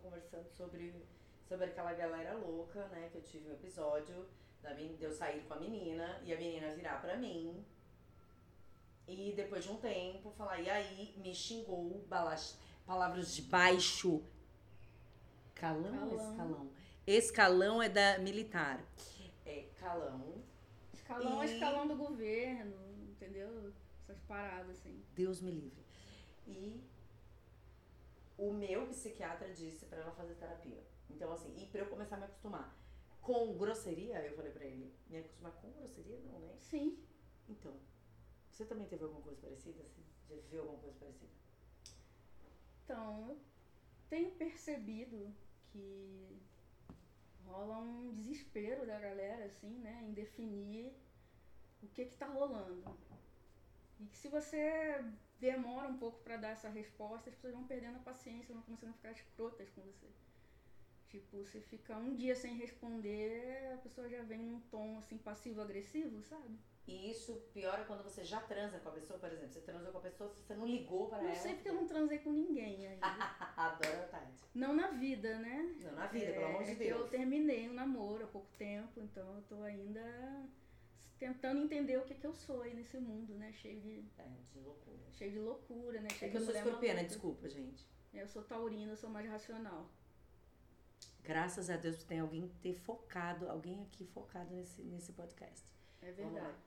conversando sobre, sobre aquela galera louca, né? Que eu tive um episódio da men- de eu sair com a menina e a menina virar pra mim. E depois de um tempo falar, e aí me xingou, balas- palavras de baixo. Calão, ou Calão. escalão? Escalão é da militar. É calão. Escalão E- é escalão do governo, entendeu? Essas paradas, assim. Deus me livre. E o meu psiquiatra disse pra ela fazer terapia. Então, assim, e pra eu começar a me acostumar com grosseria, eu falei pra ele, me acostumar com grosseria não, né? Sim. Então, você também teve alguma coisa parecida? Você já viu alguma coisa parecida? Então, eu tenho percebido que rola um desespero da galera, assim, né? Em definir o que que tá rolando. E que se você demora um pouco pra dar essa resposta, as pessoas vão perdendo a paciência, vão começando a ficar escrotas com você. Tipo, você fica um dia sem responder, a pessoa já vem num tom, assim, passivo-agressivo, sabe? E isso piora quando você já transa com a pessoa, por exemplo. Você transou com a pessoa, você não ligou pra Não ela. sei porque eu não transei com ninguém ainda. Adoro a Tati. não na vida, né? Não, na vida, pelo É, amor de é que Eu Deus. terminei um namoro há pouco tempo, então eu tô ainda tentando entender o que, que eu sou aí nesse mundo, né? Cheio de, É, de loucura. cheio de loucura, né? É Cheio que eu de sou mulher escorpiana, maluca. É, desculpa, gente. Eu sou taurina, eu sou mais racional. Graças a Deus tem alguém ter focado, alguém aqui focado nesse, nesse podcast. É Vamos lá. verdade.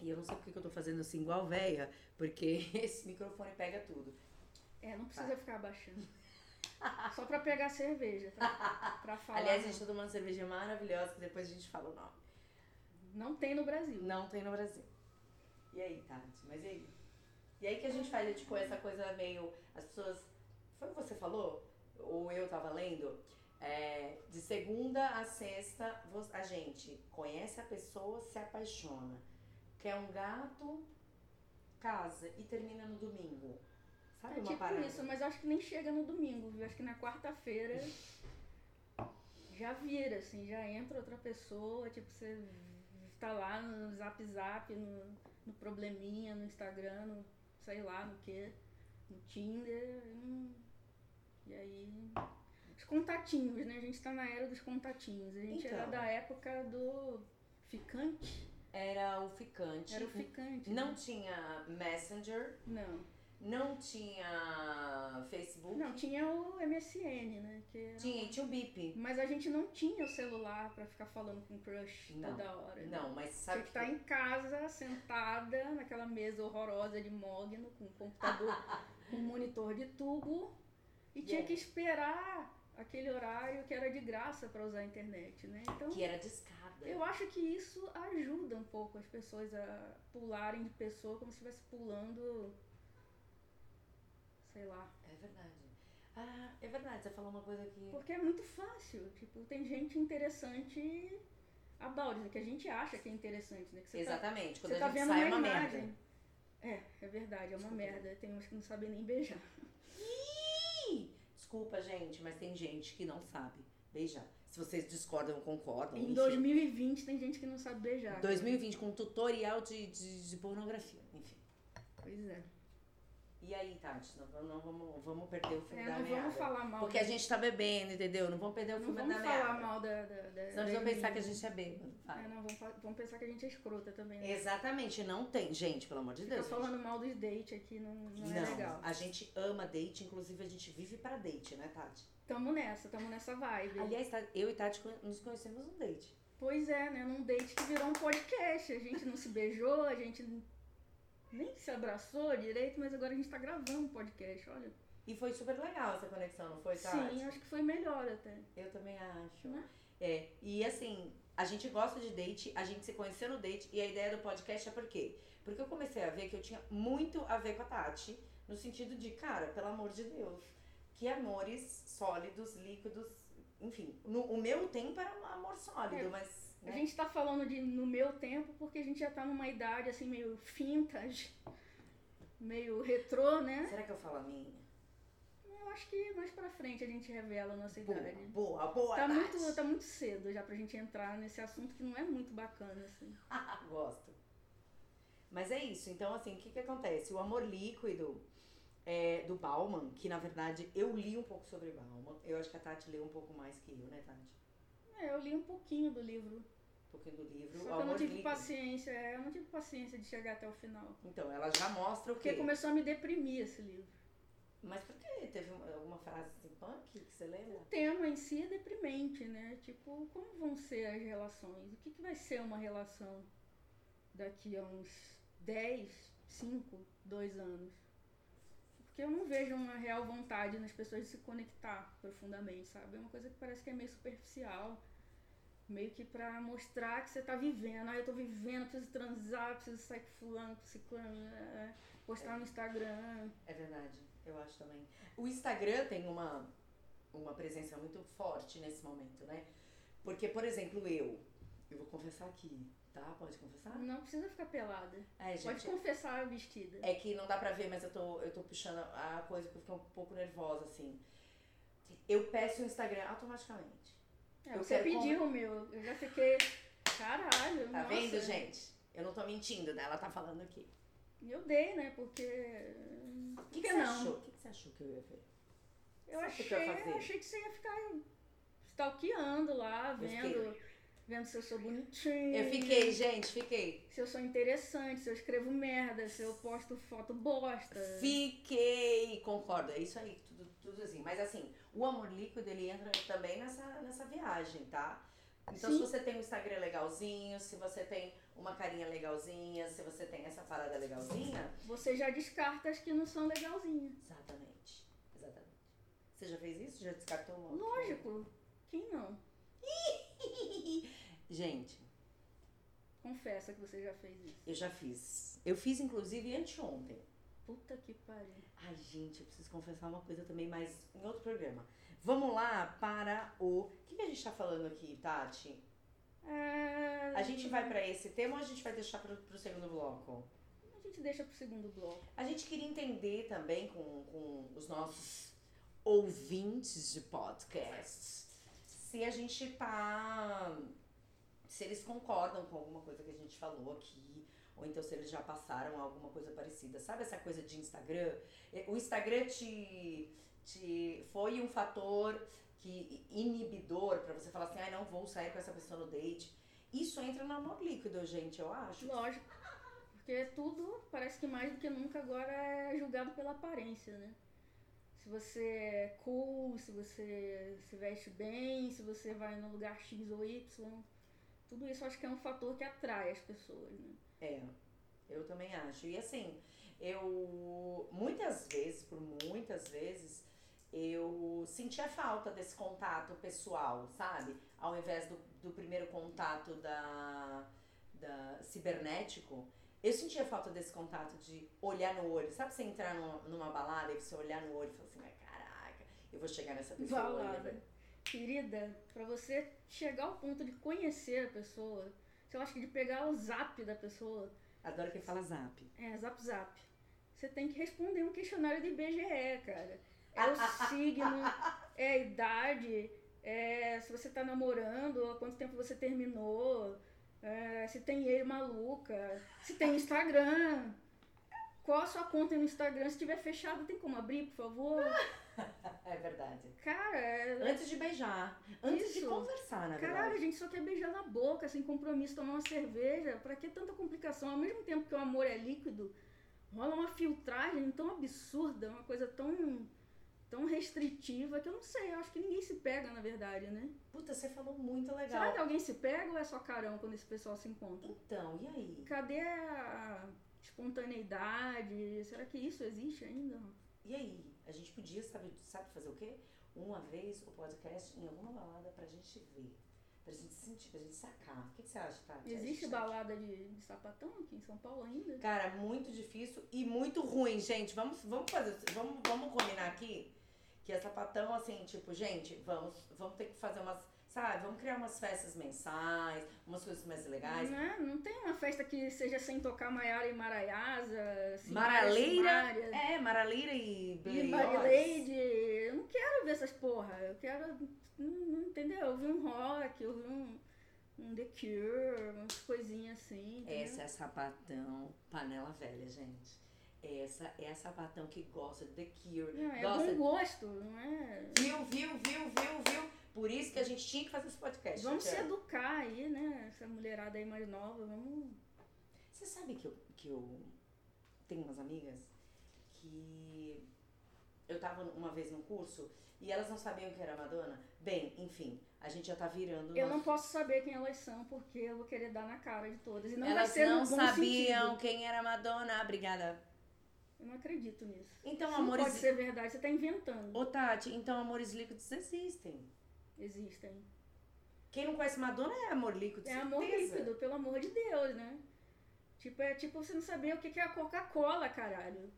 E eu não sei porque que eu tô fazendo assim igual véia, porque esse microfone pega tudo. É, não precisa ficar abaixando. Só pra pegar cerveja, tá? Pra falar. Aliás, a gente tá tomando uma cerveja maravilhosa que depois a gente fala o nome. Não tem no Brasil. Não tem no Brasil. E aí, Tati? Mas e aí? E aí que a gente faz, é, tipo, essa coisa meio. As pessoas. Foi o que você falou? Ou eu tava lendo? É, de segunda a sexta, vo- a gente conhece a pessoa, se apaixona. Quer um gato, casa e termina no domingo. Sabe É uma tipo parada? isso, mas eu acho que nem chega no domingo, viu? Acho que na quarta-feira já vira, assim, já entra outra pessoa, tipo, você tá lá no zap zap, no, no probleminha, no Instagram, no sei lá no que, no Tinder, hum, e aí. Os contatinhos, né? A gente tá na era dos contatinhos. A gente era Então. da época do ficante. Era o ficante. Era o ficante. né? Tipo, Não tinha Messenger, Não. não tinha Facebook, Não, tinha o MSN, né? Que era tinha, tinha o Bip. Mas a gente não tinha o celular pra ficar falando com o crush Não, toda hora. né? Não, mas sabe Tinha que estar em casa, sentada, naquela mesa horrorosa de mogno, com um computador, com um monitor de tubo. E tinha Yeah. que esperar aquele horário que era de graça pra usar a internet, né? Então, que era discada. eu acho que isso ajuda um pouco as pessoas a pularem de pessoa como se estivesse pulando... Sei lá. É verdade. Ah, é verdade, você falou uma coisa que. Porque é muito fácil. Tipo, tem gente interessante a balde, né? Que a gente acha que é interessante, né? Que você tá, Exatamente, quando você tá a gente vendo sai é uma, uma imagem. merda. É, é verdade, é uma Desculpa. merda. Tem uns que não sabem nem beijar. Desculpa, gente, mas tem gente que não sabe beijar. Se vocês discordam, concordam. Em enfim. 2020 tem gente que não sabe beijar. 2020, com um tutorial de, de, de pornografia, enfim. Pois é. E aí, Tati, não, não vamos, vamos perder o fio É, da não meada. vamos falar mal. Porque a da- gente tá bebendo, entendeu? Não vamos perder o não filme vamos da falar merda. mal da. da, da Senão eles da vão pensar que a Emília. gente é bêbado. Vai. É, não, vamos, fa- vamos pensar que a gente é escrota também. Né? Exatamente, não tem. Gente, pelo amor de Fica Deus. gente. falando mal dos dates aqui não, não, é legal. a gente ama date, inclusive a gente vive pra date, né, Tati? Tamo nessa, tamo nessa vibe. Aliás, Tati, eu e Tati conhe- nos conhecemos num date. Pois é, né? Num date que virou um podcast. A gente não se beijou, a gente nem se abraçou direito, mas agora a gente tá gravando um podcast, olha. E foi super legal essa conexão, não foi, Tati? Sim, acho que foi melhor até. Eu também acho. Né? É, e assim, a gente gosta de date, a gente se conheceu no date, e a ideia do podcast é por quê? Porque eu comecei a ver que eu tinha muito a ver com a Tati, no sentido de, cara, pelo amor de Deus, que amores sólidos, líquidos, enfim. No, o meu tempo era um amor sólido, É, mas. A né? gente tá falando de no meu tempo porque a gente já tá numa idade assim meio vintage, meio retrô, né? Será que eu falo a minha? Eu acho que mais pra frente a gente revela a nossa Boa, idade. boa, boa, Tá Tati. muito, tá muito cedo já pra gente entrar nesse assunto que não é muito bacana, assim. Ah, Gosto. Mas é isso. Então, assim, o que, que acontece? O amor líquido, é, do Bauman, que na verdade eu li um pouco sobre Bauman. Eu acho que a Tati leu um pouco mais que eu, né, Tati? É, eu li um pouquinho do livro. Um pouquinho do livro. Só que eu Amor não tive Livre. paciência, é, eu não tive paciência de chegar até o final. Então, ela já mostra o Porque quê? começou a me deprimir esse livro. Mas por que teve um- alguma frase assim, punk que você lembra? O tema em si é deprimente, né? Tipo, como vão ser as relações? O que, que vai ser uma relação daqui a uns 10, 5, 2 anos? Porque eu não vejo uma real vontade nas pessoas de se conectar profundamente, sabe? É uma coisa que parece que é meio superficial. Meio que pra mostrar que você tá vivendo. Ah, eu tô vivendo, preciso transar, preciso sair com fulano, com ciclano. né? Postar no Instagram. É verdade, eu acho também. O Instagram tem uma, uma presença muito forte nesse momento, né? Porque, por exemplo, eu, eu vou confessar aqui, tá? Pode confessar? Não precisa ficar pelada. É, Hum, Pode gente, confessar a vestida. é que não dá pra ver, mas eu tô, eu tô puxando a coisa porque eu fiquei um pouco nervosa, assim. Eu peço o Instagram automaticamente. É, Eu você quero pediu o meu. Eu já fiquei. Caralho, Tá nossa. né? vendo, gente? Eu não tô mentindo, né? Ela tá falando aqui. E Eu dei, né? Porque. O Por que, que, que você não? achou? O que, que você achou que eu ia ver? Eu Sabe o que achei, que eu ia fazer? eu achei que você ia ficar stalkeando lá, Eu fiquei. vendo. Vendo se eu sou bonitinho. Eu fiquei, gente, fiquei. Se eu sou interessante, se eu escrevo merda, se eu posto foto bosta. Fiquei, concordo, é isso aí, tudo, tudo assim. Mas assim, o amor líquido ele entra também nessa, nessa viagem, tá? Então, se Sim. você tem um Instagram legalzinho, se você tem uma carinha legalzinha, se você tem essa parada legalzinha, Você já descarta as que não são legalzinhas. exatamente, exatamente. Você já fez isso? Já descartou uma? Lógico. Quem não? Gente, Confessa que você já fez isso. eu já fiz. Eu fiz inclusive anteontem. Puta que pariu. Ai, gente, eu preciso confessar uma coisa também, mas em outro programa. Vamos lá para o. O que, que a gente tá falando aqui, Tati? É... A gente vai para esse tema ou a gente vai deixar pro, pro segundo bloco? A gente deixa pro segundo bloco. A gente queria entender também com, com os nossos ouvintes de podcast se a gente tá. Se eles concordam com alguma coisa que a gente falou aqui, ou então se eles já passaram alguma coisa parecida. Sabe essa coisa de Instagram? É, O Instagram te, te foi um fator que inibidor para você falar assim, ai não vou sair com essa pessoa no date. Isso entra no amor líquido, gente, eu acho. Lógico. Porque tudo, parece que mais do que nunca agora é julgado pela aparência, né? Se você é cool, se você se veste bem, se você vai no lugar X ou Y. Tudo isso acho que é um fator que atrai as pessoas, né? É, eu também acho. E assim, eu muitas vezes, por muitas vezes, eu sentia falta desse contato pessoal, sabe? Ao invés do, do primeiro contato da, da cibernético, eu sentia falta desse contato de olhar no olho. Sabe você entrar numa, numa balada e você olhar no olho e falar assim, "Mas caraca, eu vou chegar nessa pessoa. Balada. né?" Querida, pra você chegar ao ponto de conhecer a pessoa, você acha que de pegar o zap da pessoa, Adoro quem fala zap. É, zap zap. Você tem que responder um questionário do IBGE, cara. É o signo, é a idade, é se você tá namorando, há quanto tempo você terminou, é, se tem ele maluca, se tem Instagram. Qual a sua conta no Instagram? Se tiver fechado, tem como abrir, por favor? É verdade. Cara, é- Antes de beijar, antes de Isso. conversar, na verdade. Caralho, a gente só quer beijar na boca, sem compromisso, tomar uma cerveja. Pra que tanta complicação? Ao mesmo tempo que o amor é líquido, rola uma filtragem tão absurda, uma coisa tão, tão restritiva, que eu não sei, eu acho que ninguém se pega, na verdade, né? Puta, você falou muito Será legal. que alguém se pega ou é só carão quando esse pessoal se encontra? Então, e aí? Cadê a espontaneidade? Será que isso existe ainda? E aí? A gente podia, sabe, sabe fazer o quê? Uma vez o podcast em alguma balada pra gente ver. Pra gente sentir, pra gente sacar. O que, que você acha, Tati? Existe A gente- balada de, de sapatão aqui em São Paulo ainda? Cara, muito difícil e muito ruim, gente. Vamos, vamos fazer, vamos, vamos combinar aqui que é sapatão, assim, tipo, gente, vamos, vamos ter que fazer umas, sabe? Vamos criar umas festas mensais, umas coisas mais legais. Não, é? não tem uma festa que seja sem tocar Maiara e Maraiasa. Simária, Maraleira? Simária, É, Maraleira e E Blay Marileide. Eu não quero ver essas porra. Eu quero. Não, não entendeu? Eu vi um rock, eu vi um, um The Cure, umas coisinhas assim. entendeu? Essa é sapatão panela velha, gente. essa é a sapatão que gosta de The Cure, Não, é gosta bom gosto, não é? Viu, viu, viu, viu, viu. Por isso que a gente tinha que fazer esse podcast. Vamos se Tatiana. educar aí, né? Essa mulherada aí mais nova, vamos. Você sabe que eu, que eu tenho umas amigas que eu tava uma vez num curso e elas não sabiam que era Madonna? Bem, enfim, a gente já tá virando. Eu nosso- não posso saber quem elas são, porque eu vou querer dar na cara de todas. E não vai elas ser não no bom sabiam sentido. quem era Madonna. Obrigada. Eu não acredito nisso. Então, Isso não amores. pode ser verdade, você tá inventando. Ô, Tati, então amores líquidos existem. Existem. Quem não conhece Madonna é amor líquido. É amor certeza. líquido, pelo amor de Deus, né? Tipo, é tipo você não saber o que que é a Coca-Cola, caralho.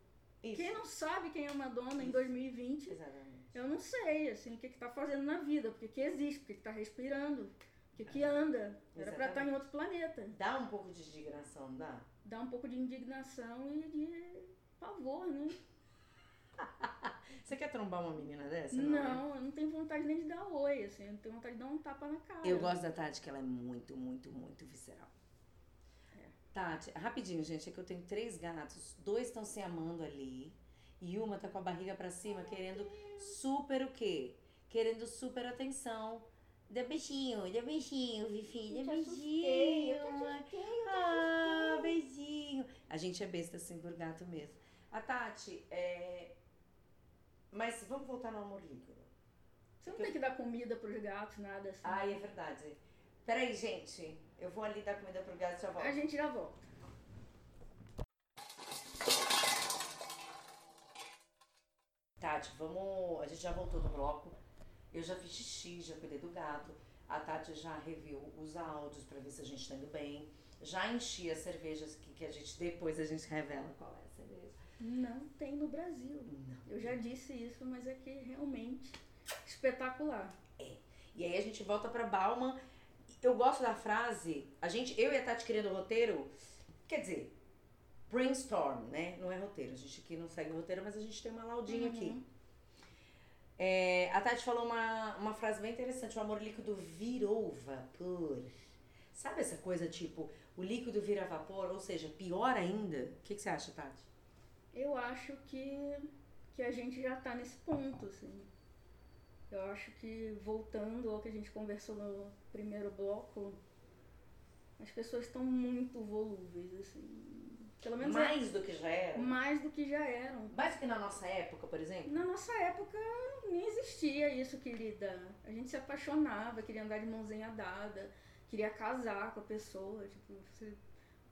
Isso. Quem não sabe quem é Madonna em Isso. 2020, Exatamente. eu não sei, assim, o que que tá fazendo na vida, porque que existe, porque que tá respirando, porque que anda. Era pra estar em outro planeta. Dá um pouco de indignação, não dá? Dá um pouco de indignação e de pavor, né? Você quer trombar uma menina dessa? não, né? eu não tenho vontade nem de dar oi, assim, eu tenho vontade de dar um tapa na cara. Eu gosto da Tati, que ela é muito, muito, muito visceral. É. Tati, rapidinho, gente, é que eu tenho três gatos, dois estão se amando ali e uma tá com a barriga pra cima, querendo super o quê? Querendo super atenção. Dê beijinho, dê beijinho, Vivi, dê Eu te assustei, beijinho. eu te Ah, beijinho. A gente é besta assim por gato mesmo. A Tati, é... mas vamos voltar no amor líquido. Você não tem que dar comida pros gatos, nada assim. Ai, é verdade. Peraí, gente. Eu vou ali dar comida pro gato e já volto. A gente já volta. Tati, Tá, tipo, vamos. A gente já voltou do bloco. Eu já fiz xixi, já cuidei do gato. A Tati já reviu os áudios pra ver se a gente tá indo bem. Já enchi as cervejas que, que a gente depois a gente revela qual é a cerveja. Não tem no Brasil. Não. Eu já disse isso, mas é que realmente espetacular. E aí a gente volta pra Bauman. Eu gosto da frase. A gente, eu e a Tati criando o roteiro. Quer dizer, brainstorm, né? Não é roteiro. A gente aqui não segue o roteiro, mas a gente tem uma laudinha aqui. Uhum. É, a Tati falou uma, uma frase bem interessante: o amor líquido virou vapor. Sabe essa coisa tipo, o líquido vira vapor, ou seja, pior ainda? O que, que você acha, Tati? Eu acho que, que a gente já tá nesse ponto, assim. Eu acho que voltando ao que a gente conversou no primeiro bloco, as pessoas estão muito volúveis, assim. Pelo menos é- Mais do que já era? mais do que já eram. Mais do que na nossa época, por exemplo? Na nossa época nem existia isso, querida. A gente se apaixonava, queria andar de mãozinha dada, queria casar com a pessoa. Tipo, você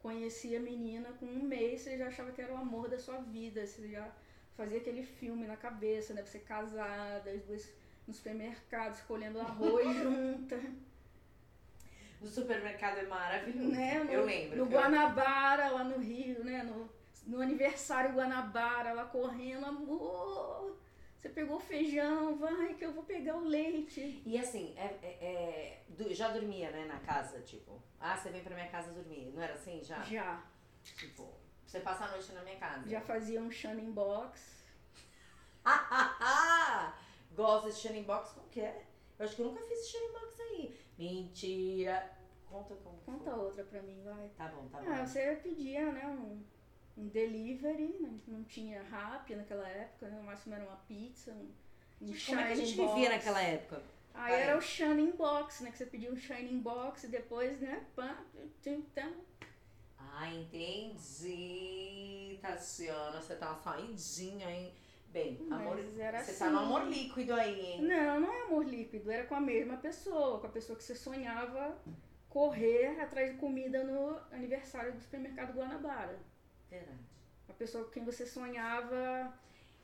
conhecia a menina com um mês, você já achava que era o amor da sua vida. Você já fazia aquele filme na cabeça, né? Pra Você casada, as duas no supermercado, escolhendo arroz junta, No supermercado é maravilhoso. né? No, eu lembro. No que eu- Guanabara, lá no Rio, né? No, no aniversário Guanabara, lá correndo, amor. Você pegou o feijão, vai que eu vou pegar o leite. E assim, é, é- é- du- já dormia, né, na casa, tipo. Ah, você vem pra minha casa dormir. Não era assim já? Já. Tipo, você passa a noite na minha casa. Já fazia um Shannon Box. Ah, Gosta ah! de Shining Box? Como que é? Eu acho que eu nunca fiz Shining Box aí. Mentira! Conta como que Conta foi. outra pra mim, vai. Tá bom, tá bom. Ah, você pedia, né, um, um delivery, né? não tinha rap naquela época, né? no máximo era uma pizza, um, um Gente, como é que a gente Shining Box. vivia naquela época? Aí era o Shining Box, né, que você pedia um Shining Box e depois, né, pá, tum, tum. Ah, entendi, Tassiana. Você tá uma saidinha, hein? Bem, amor. mas era Você assim. tá no amor líquido aí, hein? Não, não é amor líquido, era com a mesma pessoa, com a pessoa que você sonhava correr atrás de comida no aniversário do supermercado Guanabara. Verdade. A pessoa com quem você sonhava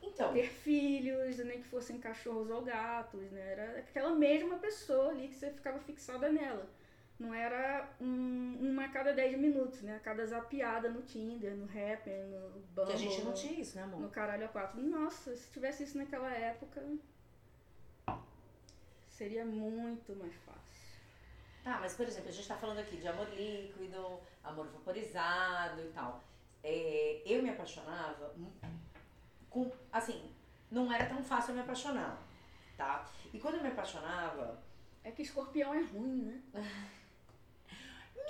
Então, ter filhos, nem que fossem cachorros ou gatos, né? Era aquela mesma pessoa ali que você ficava fixada nela. Não era um- uma a cada 10 minutos, né? A cada zapiada no Tinder, no Happn, no Bumble, que a gente não no- tinha isso, né, amor? no Caralho a 4. Nossa, se tivesse isso naquela época, seria muito mais fácil. Tá, mas por exemplo, a gente tá falando aqui de amor líquido, amor vaporizado e tal. É, eu me apaixonava mu- com. Assim, não era tão fácil eu me apaixonar, tá? E quando eu me apaixonava, É que escorpião é ruim, né?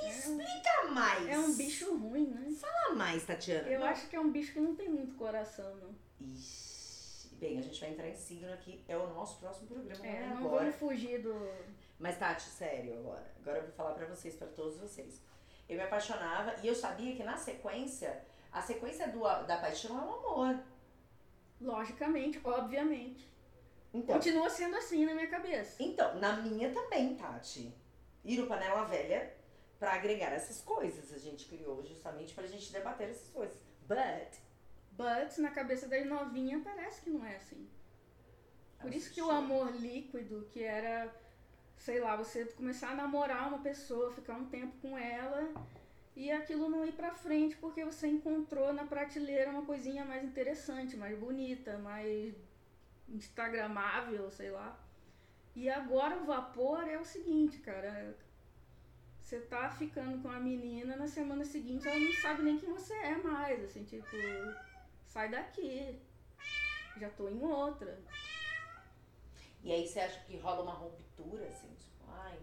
Explica mais. É um bicho ruim, né? Fala mais, Tatiana. Eu acho que é um bicho que não tem muito coração, não. Ixi. Bem, a gente vai entrar em signo aqui. É o nosso próximo programa É, né, não agora. vamos fugir do. Mas, Tati, sério agora. Agora eu vou falar pra vocês, pra todos vocês. Eu me apaixonava e eu sabia que na sequência, a sequência do, a- da paixão é o amor. Logicamente, obviamente. Então, Continua sendo assim na minha cabeça. então, na minha também, Tati. Ir no Panela Velha pra agregar essas coisas. A gente criou justamente pra gente debater essas coisas. But. But na cabeça da novinha parece que não é assim. Por isso que o amor líquido, que era, sei lá, você começar a namorar uma pessoa, ficar um tempo com ela e aquilo não ir pra frente porque você encontrou na prateleira uma coisinha mais interessante, mais bonita, mais instagramável, sei lá. E agora o vapor é o seguinte, cara, você tá ficando com a menina, na semana seguinte ela não sabe nem quem você é mais, assim, tipo, sai daqui. Já tô em outra. E aí você acha que rola uma ruptura, assim, tipo, ai,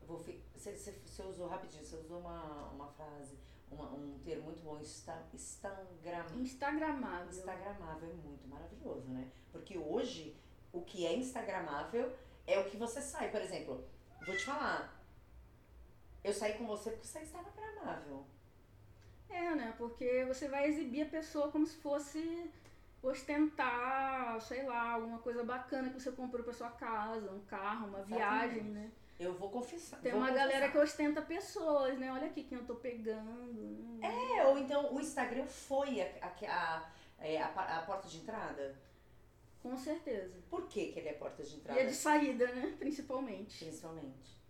eu vou ficar. Você, você, você usou rapidinho, você usou uma, uma frase, uma- um termo muito bom, está, Instagram. Instagramável. Instagramável é muito maravilhoso, né? Porque hoje, o que é Instagramável é o que você sai. Por exemplo, vou te falar. Eu saí com você porque você está Instagramável. É, né? Porque você vai exibir a pessoa como se fosse ostentar, sei lá, alguma coisa bacana que você comprou pra sua casa, um carro, uma viagem, né? Eu vou confessar. Tem vou uma galera confessar. que ostenta pessoas, né? Olha aqui quem eu tô pegando. né? É, ou então o Instagram foi a, a, a, é, a pa- a porta de entrada. Com certeza. Por que, que ele é a porta de E entrada? é de saída, né? Principalmente. Principalmente.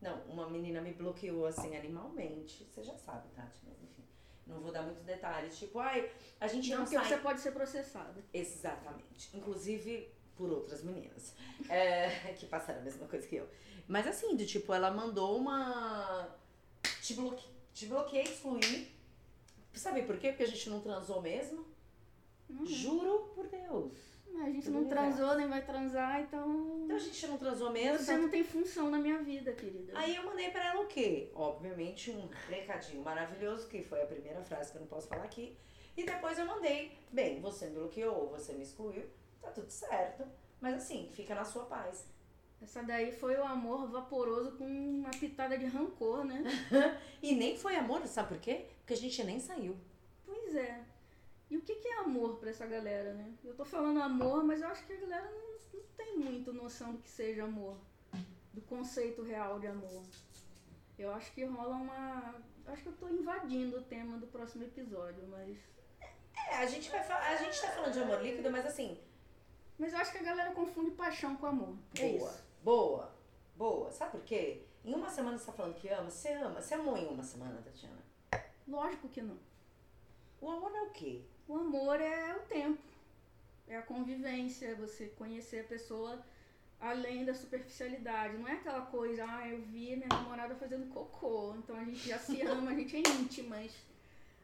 Não, uma menina me bloqueou assim animalmente. Você já sabe, Tati, mas enfim. Não vou dar muito detalhe. Tipo, ai, a gente não, Não Então, porque sai. você pode ser processada. Exatamente. Inclusive por outras meninas. é, que passaram a mesma coisa que eu. Mas assim, do tipo, ela mandou uma. Te, bloque... te bloqueei, excluí. Sabe por quê? Porque a gente não transou mesmo. Uhum. Juro por Deus. A gente Tudo não bem. transou, nem vai transar, Então então. a gente não transou mesmo. Você não tem função na minha vida, querida. Aí eu mandei pra ela o quê? Obviamente um recadinho maravilhoso, que foi a primeira frase que eu não posso falar aqui. E depois eu mandei, bem, você me bloqueou, você me excluiu, tá tudo certo. Mas assim, fica na sua paz. Essa daí foi o amor vaporoso com uma pitada de rancor, né? E nem foi amor, sabe por quê? Porque a gente nem saiu. Pois é. E o que, que é amor pra essa galera, né? Eu tô falando amor, mas eu acho que a galera não, não tem muito noção do que seja amor, do conceito real de amor. Eu acho que rola uma. eu Acho que eu tô invadindo o tema do próximo episódio, mas. É, a gente vai falar, a gente tá falando de amor líquido, mas assim, Mas eu acho que a galera confunde paixão com amor. É boa, isso. boa, boa. Sabe por quê? Em uma semana você tá falando que ama, você ama, você amou em uma semana, Tatiana. Lógico que não. O amor é o quê? O amor é o tempo, é a convivência, é você conhecer a pessoa além da superficialidade. Não é aquela coisa, ah, eu vi minha namorada fazendo cocô, então a gente já se ama, a gente é íntimas.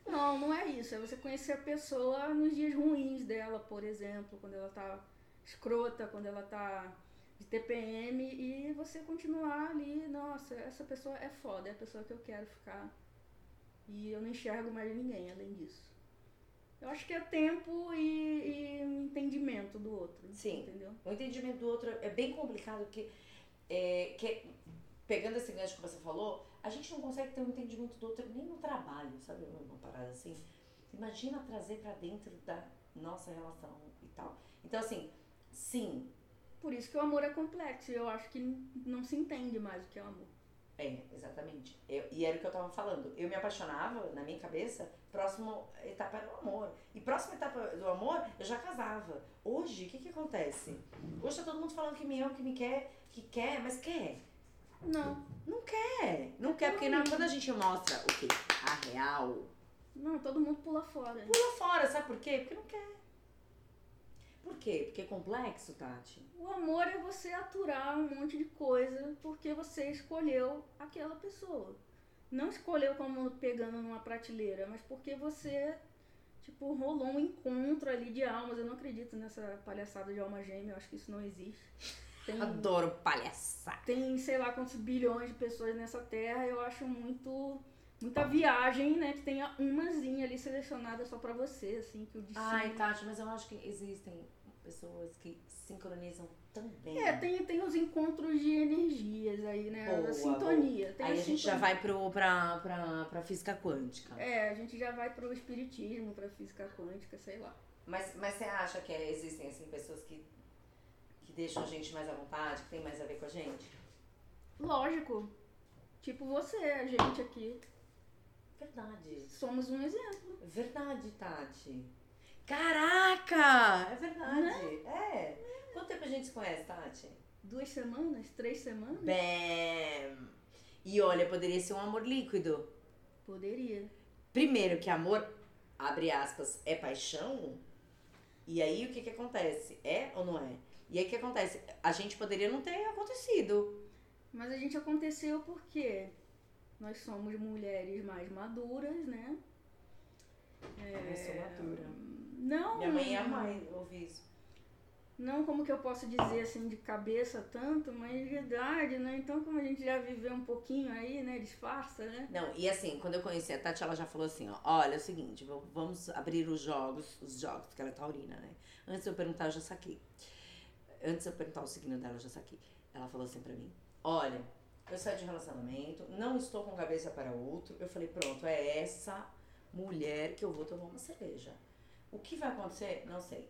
Não, não é isso. É você conhecer a pessoa nos dias ruins dela, por exemplo, quando ela tá escrota, quando ela tá de TPM e você continuar ali, nossa, essa pessoa é foda, é a pessoa que eu quero ficar. E eu não enxergo mais ninguém além disso. Eu acho que é tempo e, e um entendimento do outro. Sim. Entendeu? O entendimento do outro é bem complicado, porque é, que- pegando esse gancho que você falou, a gente não consegue ter um entendimento do outro nem no trabalho, sabe? Uma uma parada assim. Imagina trazer pra dentro da nossa relação e tal. Então, assim, sim, Por isso que o amor é complexo. e Eu acho que não se entende mais o que é o amor. é, exatamente. Eu- e era o que eu tava falando. Eu me apaixonava, na minha cabeça, próxima etapa era o amor. E próxima etapa do amor, eu já casava. Hoje, o que que acontece? Hoje tá todo mundo falando que me ama, que me quer, que quer, mas quer. Não, Não quer. Não quer, porque na- quando a gente mostra o quê? A real. não, todo mundo pula fora. Pula fora, sabe por quê? Porque não quer. Por quê? Porque é complexo, Tati. O amor é você aturar um monte de coisa porque você escolheu aquela pessoa. Não escolheu como pegando numa prateleira, mas porque você, tipo, rolou um encontro ali de almas. Eu não acredito nessa palhaçada de alma gêmea, eu acho que isso não existe. Tem, Adoro palhaçada. tem sei lá quantos bilhões de pessoas nessa terra, eu acho muito muita viagem, né? Que tenha umazinha ali selecionada só pra você, assim, que o destino. Ai, Tati, mas eu acho que existem pessoas que sincronizam também. É, tem, tem os encontros de energias aí, né? Boa, a sintonia. Tem assim Aí a gente já sintonia. vai pro, pra, pra, pra física quântica. É, a gente já vai pro espiritismo, pra física quântica, sei lá. Mas, mas você acha que é- existem assim, pessoas que, que deixam a gente mais à vontade, que tem mais a ver com a gente? Lógico. Tipo você, a gente aqui. Verdade. Somos um exemplo. Verdade, Tati. Caraca! É verdade. É. Quanto tempo a gente se conhece, Tati? Duas semanas? Três semanas? Bem. E olha, poderia ser um amor líquido. Poderia. Primeiro que amor, abre aspas, é paixão. E aí o que que acontece? É ou não é? E aí o que acontece? A gente poderia não ter acontecido. Mas a gente aconteceu porque nós somos mulheres mais maduras, né? É, Eu sou madura. Não. Minha mãe ia amar ouvir isso. Não como que eu posso dizer assim de cabeça tanto, mas de idade, né? Então como a gente já viveu um pouquinho aí, né? Disfarça, né? Não, e assim, quando eu conheci a Tati, ela já falou assim, ó, olha, é o seguinte, v- vamos abrir os jogos, os jogos, porque ela é taurina, né? Antes de eu perguntar, eu já saquei. Antes de eu perguntar o signo dela, eu já saquei. Ela falou assim pra mim, olha, eu saio de relacionamento, não estou com cabeça para outro. Eu falei, pronto, é essa mulher que eu vou tomar uma cerveja. O que vai acontecer? Não sei.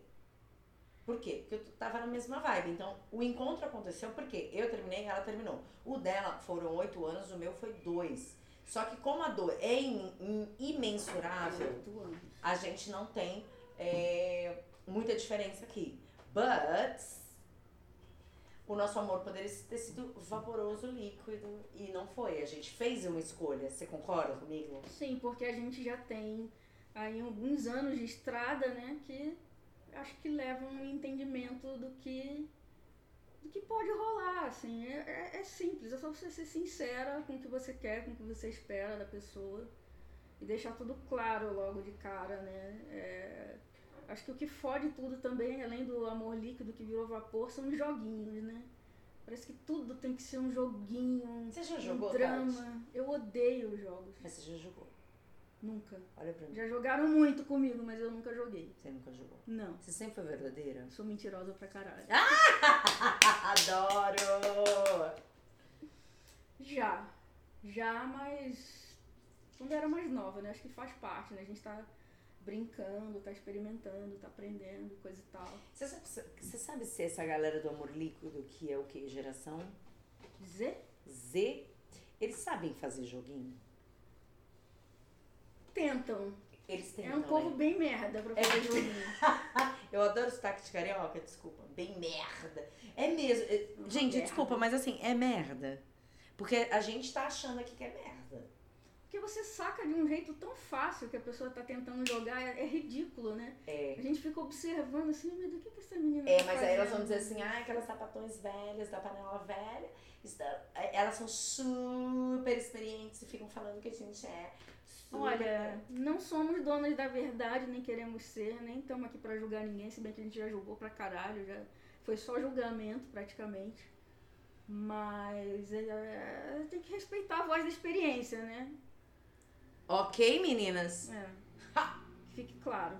Por quê? Porque eu t- tava na mesma vibe. Então, o encontro aconteceu porque eu terminei e ela terminou. O dela foram oito anos, o meu foi dois. Só que como a dor é im- im- imensurável, Oito anos. a gente não tem é, muita diferença aqui. But o nosso amor poderia ter sido vaporoso, líquido e não foi. A gente fez uma escolha. Você concorda comigo? Sim, porque a gente já tem aí alguns anos de estrada, né? Que acho que levam um entendimento do que do que pode rolar, assim. É, é- é simples, é só você ser sincera com o que você quer, com o que você espera da pessoa e deixar tudo claro logo de cara, né? É, acho que o que fode tudo também, além do amor líquido que virou vapor, são os joguinhos, né? Parece que tudo tem que ser um joguinho, um, Você já um jogou, drama. Tati? Eu odeio jogos. Mas você já jogou. Nunca. Olha pra mim. Já jogaram muito comigo, mas eu nunca joguei. Você nunca jogou. Não. Você sempre foi verdadeira? Sou mentirosa pra caralho. Ah, Adoro! Já. Já, mas. Quando eu era mais nova, né? Acho que faz parte, né? A gente tá brincando, tá experimentando, tá aprendendo, coisa e tal. Você sabe, você sabe se essa galera do amor líquido, que é o que? Geração Dizer? Z, eles sabem fazer joguinho? Tentam. Eles têm é um povo bem merda pra fazer né? É. joguinho. Eu adoro o sotaque de carioca, desculpa. Bem merda. É mesmo. é- Uma Gente, merda. desculpa, mas assim, é merda. Porque a gente tá achando aqui que é merda. Porque você saca de um jeito tão fácil que a pessoa tá tentando jogar, é, é ridículo, né? É. A gente fica observando assim, meu Deus, o que, que essa menina É, tá mas aí elas vão fazendo?" dizer assim, ah, aquelas sapatões velhas da panela velha, está- É, elas são super experientes e ficam falando que a gente é super... Olha, não somos donas da verdade, nem queremos ser, nem estamos aqui pra julgar ninguém, se bem que a gente já julgou pra caralho, já foi só julgamento praticamente. Mas é, tem que respeitar a voz da experiência, né? Ok, meninas? É. Que Fique claro.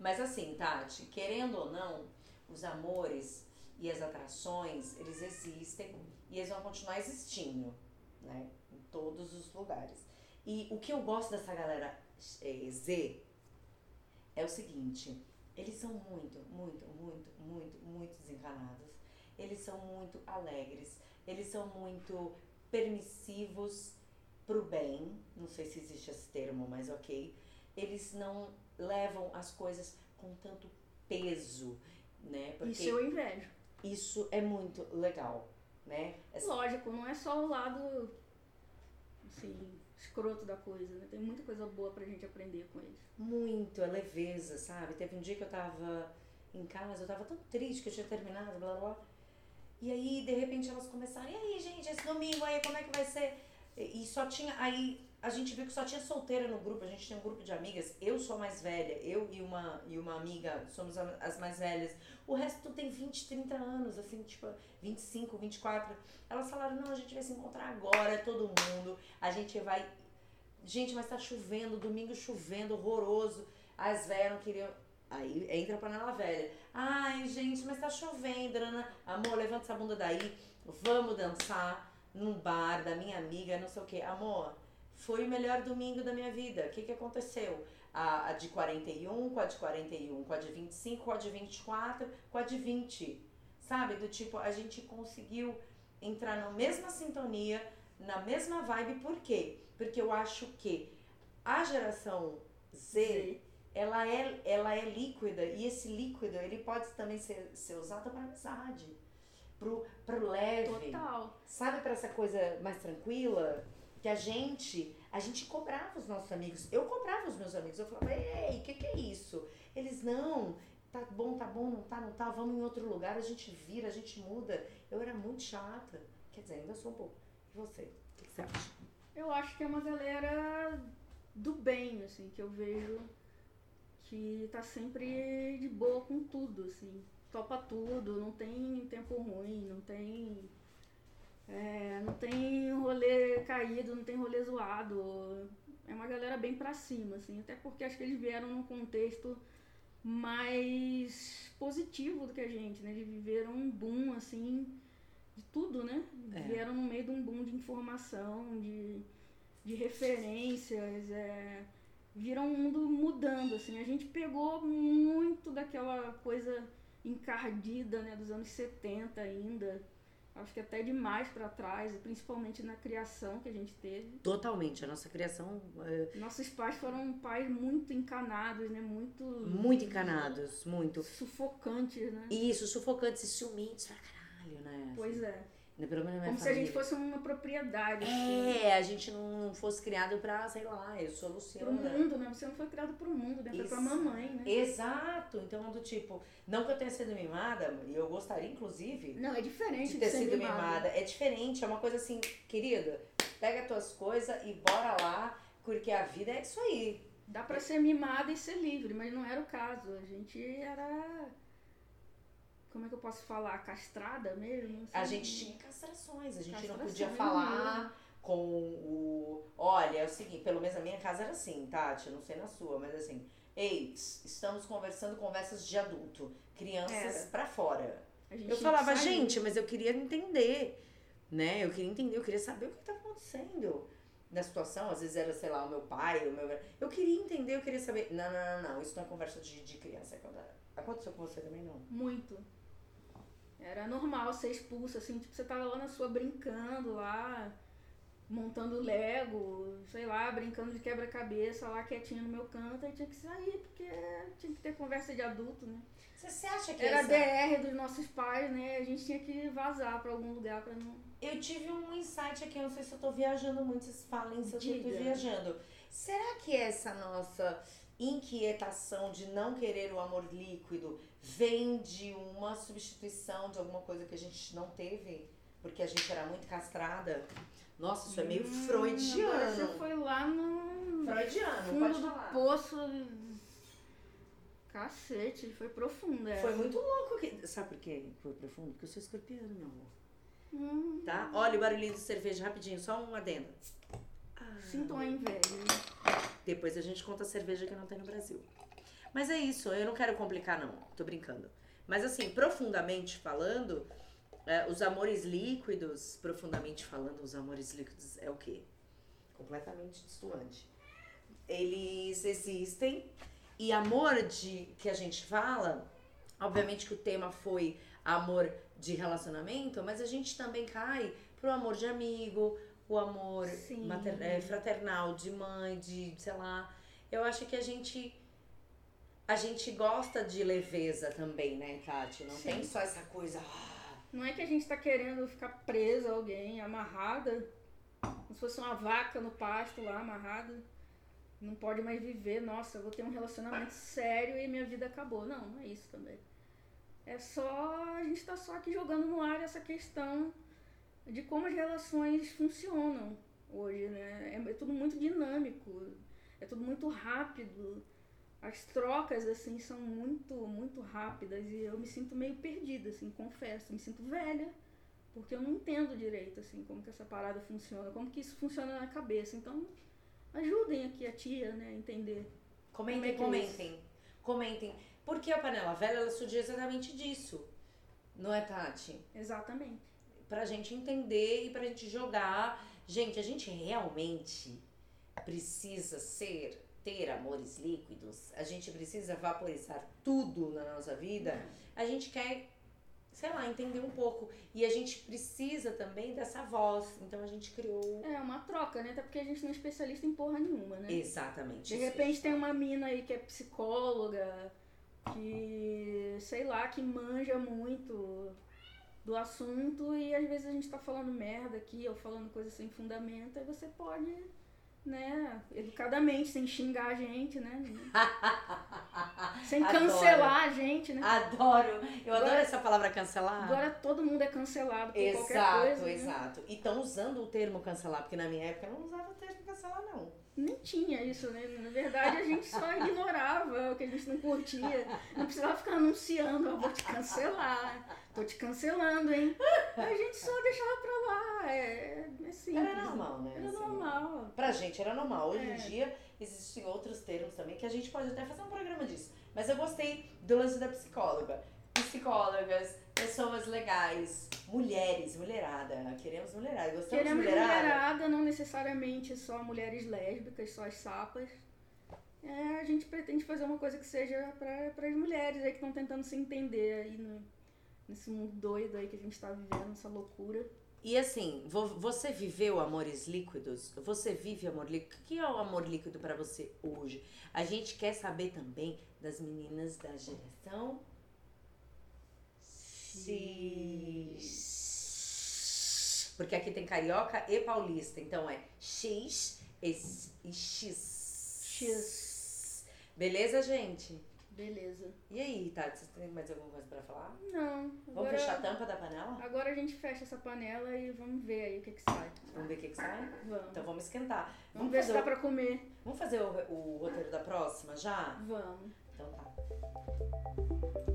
Mas assim, Tati, querendo ou não, os amores e as atrações, eles existem e eles vão continuar existindo, né? Em todos os lugares. E o que eu gosto dessa galera eh, Z é o seguinte, eles são muito, muito, muito, muito, muito desencanados. Eles são muito alegres, eles são muito permissivos pro bem, não sei se existe esse termo, mas ok. Eles não levam as coisas com tanto peso, né? Porque Isso eu invejo. isso é muito legal, né? Essa- Lógico, não é só o lado assim, escroto da coisa, né? Tem muita coisa boa pra gente aprender com eles. muito, é leveza, sabe? Teve um dia que eu tava em casa, eu tava tão triste que eu tinha terminado, blá blá. blá. E aí, de repente, elas começaram, e aí, gente, esse domingo aí, como é que vai ser? E e só tinha, aí, a gente viu que só tinha solteira no grupo, a gente tem um grupo de amigas, eu sou a mais velha, eu e uma, e uma amiga somos a- as mais velhas. O resto tem 20, 30 anos, assim, tipo, 25, 24. Elas falaram, não, a gente vai se encontrar agora, todo mundo, a gente vai... Gente, mas tá chovendo, domingo chovendo, horroroso. As velhas não queriam... Aí entra a panela velha. Ai, gente, mas tá chovendo, Ana. Amor, levanta essa bunda daí, vamos dançar num bar da minha amiga, não sei o quê. Amor, foi o melhor domingo da minha vida. O que, que aconteceu? A, a de 41, com a de 41, com a de 25, com a de 24, com a de 20. Sabe? Do tipo, a gente conseguiu entrar na mesma sintonia, na mesma vibe. Por quê? Porque eu acho que a geração Z, ela é, ela é líquida e esse líquido ele pode também ser, ser usado para amizade, pro, pro leve Total. sabe para essa coisa mais tranquila que a gente a gente cobrava os nossos amigos eu cobrava os meus amigos eu falava ei o que que é isso eles não tá bom tá bom não tá não tá vamos em outro lugar a gente vira a gente muda eu era muito chata quer dizer ainda sou um pouco e você o que, que você acha Eu acho que é uma galera do bem, assim, que eu vejo que tá sempre de boa com tudo, assim. Topa tudo, não tem tempo ruim, não tem. é, não tem rolê caído, não tem rolê zoado. É uma galera bem pra cima, assim. Até porque acho que eles vieram num contexto mais positivo do que a gente, né? Eles viveram um boom, assim, de tudo, né? É. Vieram no meio de um boom de informação, de, de referências, é, viram o mundo mudando, assim. A gente pegou muito daquela coisa encardida, né, dos anos 70 ainda. Acho que até demais pra trás, e principalmente na criação que a gente teve. totalmente a nossa criação é, Nossos pais foram pais muito encanados, né, muito... muito encanados muito Sufocantes, né? e isso sufocantes e ciumentos pra caralho né Pois é. é pelo menos na minha Como se a gente família. fosse uma propriedade. assim. é a gente não fosse criado pra sei lá eu sou a Pro Luciana mundo, né? Você não foi criado pro mundo, né? Foi pra É. Isso. mamãe, né? Exato, então do tipo, não que eu tenha sido mimada, e eu gostaria inclusive Não, é diferente de de, ter ser sido mimado. mimada, é diferente, é uma coisa assim, querida, pega as tuas coisas e bora lá, porque a vida é isso aí. Dá pra ser mimada e ser livre, mas não era o caso. A gente era. Como é que eu posso falar? Castrada mesmo? Não sei. A gente tinha castrações, a gente não Castração, podia né? falar com o. Olha, é o seguinte, pelo menos a minha casa era assim, Tati, eu não sei na sua, mas assim, ei, estamos conversando conversas de adulto, crianças Era. pra fora. A gente Eu tinha que falava, sair. gente, mas eu queria entender, né? Eu queria entender, eu queria saber o que estava acontecendo na situação. Às vezes era, sei lá, o meu pai, o meu. Eu queria entender, eu queria saber. Não, não, não, não. Isso não é conversa de, de criança. Aconteceu com você também, não? Muito. Era normal ser expulso, assim, tipo, você tava lá na sua brincando lá, montando Lego, sei lá, brincando de quebra-cabeça lá quietinha no meu canto, aí tinha que sair, porque tinha que ter conversa de adulto, né? Você, você acha que Era essa- DR dos nossos pais, né? A gente tinha que vazar pra algum lugar pra não. Eu tive um insight aqui, eu não sei se eu tô viajando muito, vocês falem se eu tô Diga. viajando. Será que essa nossa inquietação de não querer o amor líquido vem de uma substituição de alguma coisa que a gente não teve? Porque a gente era muito castrada? Nossa, isso é meio Hum, agora freudiano. Você foi lá no Freudiano, fundo pode do falar. poço. Cacete, foi profundo, é. Foi muito louco. Que... Sabe por quê? Foi profundo? Porque eu sou escorpiano, meu amor. Hum, Tá? Olha o barulhinho de cerveja, rapidinho, só um adendo. Ah. Sintam a inveja. né? Depois a gente conta a cerveja que não tem no Brasil. Mas é isso, eu não quero complicar, não. Tô brincando. Mas assim, profundamente falando, é, os amores líquidos, profundamente falando, os amores líquidos é o quê? Completamente distoante. Eles existem. E amor de que a gente fala, obviamente que o tema foi amor de relacionamento, mas a gente também cai pro amor de amigo, o amor Sim. mater- é, fraternal, de mãe, de sei lá. Eu acho que a gente. A gente gosta de leveza também, né, Tati? Não Sim. tem só essa coisa. "Ah, Não é que a gente tá querendo ficar presa a alguém, amarrada, como se fosse uma vaca no pasto lá, amarrada. Não pode mais viver, nossa, eu vou ter um relacionamento sério e minha vida acabou. Não, não é isso também. É só. A gente tá só aqui jogando no ar essa questão de como as relações funcionam hoje, né? É, é tudo muito dinâmico, é tudo muito rápido. As trocas, assim, são muito, muito rápidas e eu me sinto meio perdida, assim, confesso. Me sinto velha, porque eu não entendo direito, assim, como que essa parada funciona, como que isso funciona na cabeça. Então, ajudem aqui a tia, né, a entender. Comentem, Como é que é comentem. Comentem. Porque a panela velha ela surgiu exatamente disso. Não é, Tati? Exatamente. Pra gente entender e pra gente jogar. Gente, a gente realmente precisa ser ter amores líquidos. A gente precisa vaporizar tudo na nossa vida. A gente quer, sei lá, entender um pouco. E a gente precisa também dessa voz. Então a gente criou É uma troca, né? Até porque a gente não é especialista em porra nenhuma, né? exatamente. De isso. repente tem uma mina aí que é psicóloga, que sei lá, que manja muito do assunto e às vezes a gente tá falando merda aqui ou falando coisa sem fundamento, aí você pode, né, educadamente, sem xingar a gente, né? sem Adoro. cancelar a gente, né? Adoro. Eu adoro Agora- essa palavra cancelar. Agora todo mundo é cancelado por qualquer Exato, coisa. né? exato. E estão usando o termo cancelar, porque na minha época eu não usava o termo cancelar, não. Nem tinha isso, né? Na verdade, a gente só ignorava o que a gente não curtia. Não precisava ficar anunciando, ó, vou te cancelar, tô te cancelando, hein? A gente só deixava pra lá. É, é simples. Era normal, né? Era Assim, normal. Pra gente era normal. Hoje É. em dia existem outros termos também que a gente pode até fazer um programa disso. Mas eu gostei do lance da psicóloga. Psicólogas, pessoas legais, mulheres, mulherada. Queremos mulherada. Gostamos Queremos de mulherada. mulherada, não necessariamente só mulheres lésbicas, só as sapas. É, a gente pretende fazer uma coisa que seja para as mulheres aí que estão tentando se entender aí no- nesse mundo doido aí que a gente tá vivendo, essa loucura. E assim, vo- você viveu amores líquidos? Você vive amor líquido? O que é o amor líquido pra você hoje? A gente quer saber também das meninas da geração X. Porque aqui tem carioca e paulista, então é X e s- e X. X. Beleza, gente? Beleza. E aí, Tati, você tem mais alguma coisa pra falar? Não. Vamos agora- fechar a tampa da panela? Agora a gente fecha essa panela e vamos ver aí o que que sai. Vamos ver o que, que sai? Vamos. Então vamos esquentar. vamos ver se fazer tá dá o- pra comer. Vamos fazer o, o roteiro da próxima já? Vamos. Então tá.